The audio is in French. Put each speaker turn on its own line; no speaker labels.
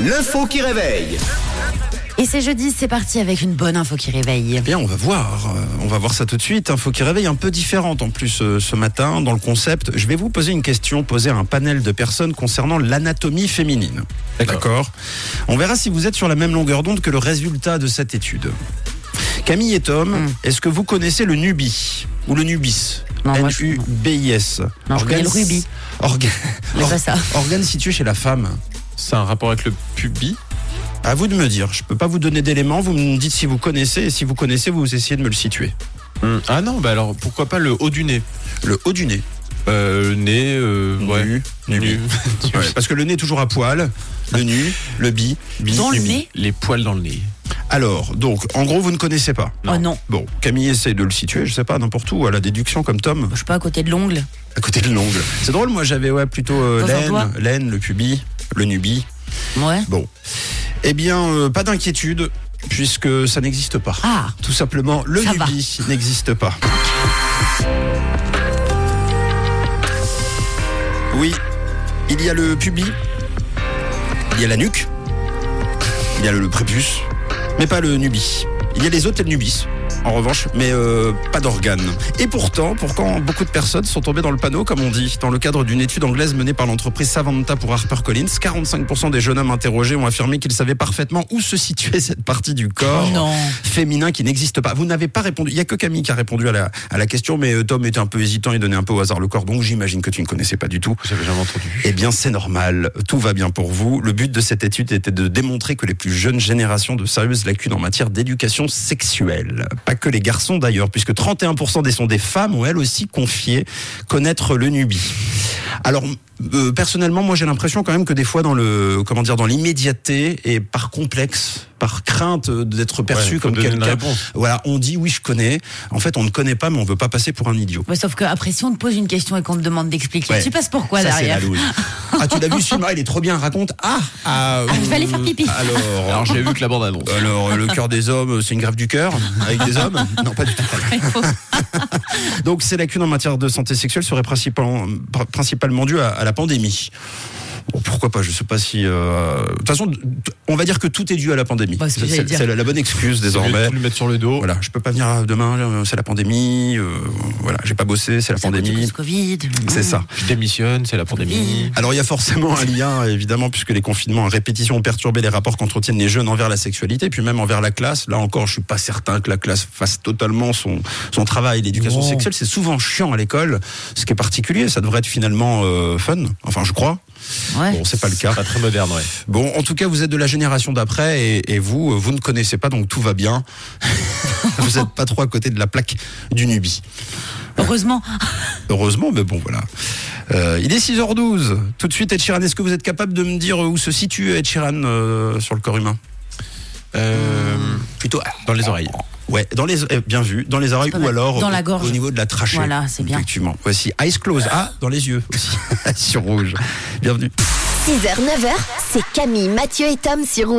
L'info qui réveille.
Et c'est jeudi, c'est parti avec une bonne info qui réveille.
Bien, on va voir. Euh, On va voir ça tout de suite. Info qui réveille un peu différente en plus euh, ce matin dans le concept. Je vais vous poser une question, poser à un panel de personnes concernant l'anatomie féminine. D'accord On verra si vous êtes sur la même longueur d'onde que le résultat de cette étude. Camille et Tom,
Hmm.
est-ce que vous connaissez le Nubis ou le Nubis
Non, moi, je-
N-U-B-I-S.
Non, je connais le
Organe-
rubis.
Orga-
Mais
or-
pas ça.
Organe situé chez la femme.
C'est un rapport avec le pubis
À vous de me dire. Je peux pas vous donner d'éléments. Vous me dites si vous connaissez. Et si vous connaissez, vous essayez de me le situer.
Ah non, bah alors pourquoi pas le haut du nez
Le haut du nez.
euh, Le nez, euh, ouais.
Nu.
Nu.
Nu. Ouais, parce que le nez est toujours à poil, le nu, le bi, bi,
Dans le
bi.
nez
Les poils dans le nez.
Alors, donc, en gros, vous ne connaissez pas.
Oh non,
Bon, Camille essaie de le situer, je sais pas, n'importe où, à la déduction comme Tom,
je suis pas à côté de l'ongle.
à côté de l'ongle. C'est drôle, moi j'avais ouais, plutôt euh,
Dans un doigt.
l'aine, l'aine, le pubis, le nubi.
Ouais.
Bon. Eh bien, euh, pas d'inquiétude, puisque ça n'existe pas.
Ah.
Tout simplement, le
Ça
nubi n'existe pas. Oui, il y a le pubis, il y a la nuque, il y a le, le prépuce, mais pas le nubis. Il y a les autres et le nubis. En revanche, mais euh, pas d'organes. Et pourtant, pourtant, beaucoup de personnes sont tombées dans le panneau, comme on dit, dans le cadre d'une étude anglaise menée par l'entreprise Savanta pour HarperCollins. 45% des jeunes hommes interrogés ont affirmé qu'ils savaient parfaitement où se situait cette partie du corps
Oh non.
féminin qui n'existe pas. Vous n'avez pas répondu. Il y a que Camille qui a répondu à la, à la question, mais euh, Tom était un peu hésitant, il donnait un peu au hasard le corps, donc j'imagine que tu ne connaissais pas du tout.
J'avais jamais entendu.
Eh bien, c'est normal. Tout va bien pour vous. Le but de cette étude était de démontrer que les plus jeunes générations de sérieuses lacunes en matière d'éducation sexuelle. Pas que les garçons d'ailleurs, puisque 31% des sont des femmes ont elles aussi confié connaître le nubi. Alors, euh, personnellement, moi j'ai l'impression quand même que des fois dans le, comment dire, dans l'immédiateté et par complexe, par crainte euh, d'être perçu
faut
comme
donner une
quelqu'un,
réponse.
voilà, on dit oui je connais. En fait, on ne connaît pas, mais on veut pas passer pour un idiot.
Ouais, sauf que après, si on te pose une question et qu'on te demande d'expliquer,
Ouais.
tu passes pourquoi
Ça, c'est la
derrière
loose. Ah, tu l'as vu, Sima, il est trop bien, raconte. Ah, ah,
Ah, je vais aller faire pipi.
Alors,
Alors euh, j'ai vu que la bande annonce.
alors, le cœur des hommes, c'est une grève du cœur avec des hommes Non, pas du tout. Donc, ces lacunes en matière de santé sexuelle seraient principalement, pr- principalement dues à, à la pandémie. Bon, pourquoi pas Je sais pas si. euh, De toute façon, t- on va dire que tout est dû à la pandémie.
Bah, c'est ce que
C'est-
j'allais
c'est
dire.
c'est la, la bonne excuse désormais.
lui mettre sur le dos.
Voilà, je peux pas venir euh, demain, euh, c'est la pandémie. euh, voilà, j'ai pas bossé, c'est la
C'est à cause du
pandémie.
Covid.
C'est ça.
Je démissionne, c'est la pandémie.
Alors il y a forcément un lien, évidemment, puisque les confinements à répétition ont perturbé les rapports qu'entretiennent les jeunes envers la sexualité, puis même envers la classe. Là encore, je suis pas certain que la classe fasse totalement son, son travail. L'éducation
Non.
sexuelle, c'est souvent chiant à l'école, ce qui est particulier. Ça devrait être finalement euh, fun, enfin je crois.
Ouais.
Bon, c'est pas le cas.
Pas très moderne, ouais.
Bon, en tout cas, vous êtes de la génération d'après et, et vous, euh, vous ne connaissez pas, donc tout va bien. vous n'êtes pas trop à côté de la plaque du Nubie.
Heureusement.
Heureusement, mais bon, voilà. Euh, il est 6h12. Tout de suite, Ed Sheeran, est-ce que vous êtes capable de me dire euh, où se situe Ed Sheeran euh, sur le corps humain
Euh,
Plutôt ah,
dans les oreilles.
Ouais, dans les eh, bien vu, dans les oreilles
pas
ou
mal.
alors
Dans
au-
la gorge.
au niveau de la trachée.
Voilà, c'est bien.
Effectivement. Voici Eyes Closed. Ah, dans les yeux aussi. sur rouge. Bienvenue.
6h, 9h, c'est Camille, Mathieu et Tom sur Rouge.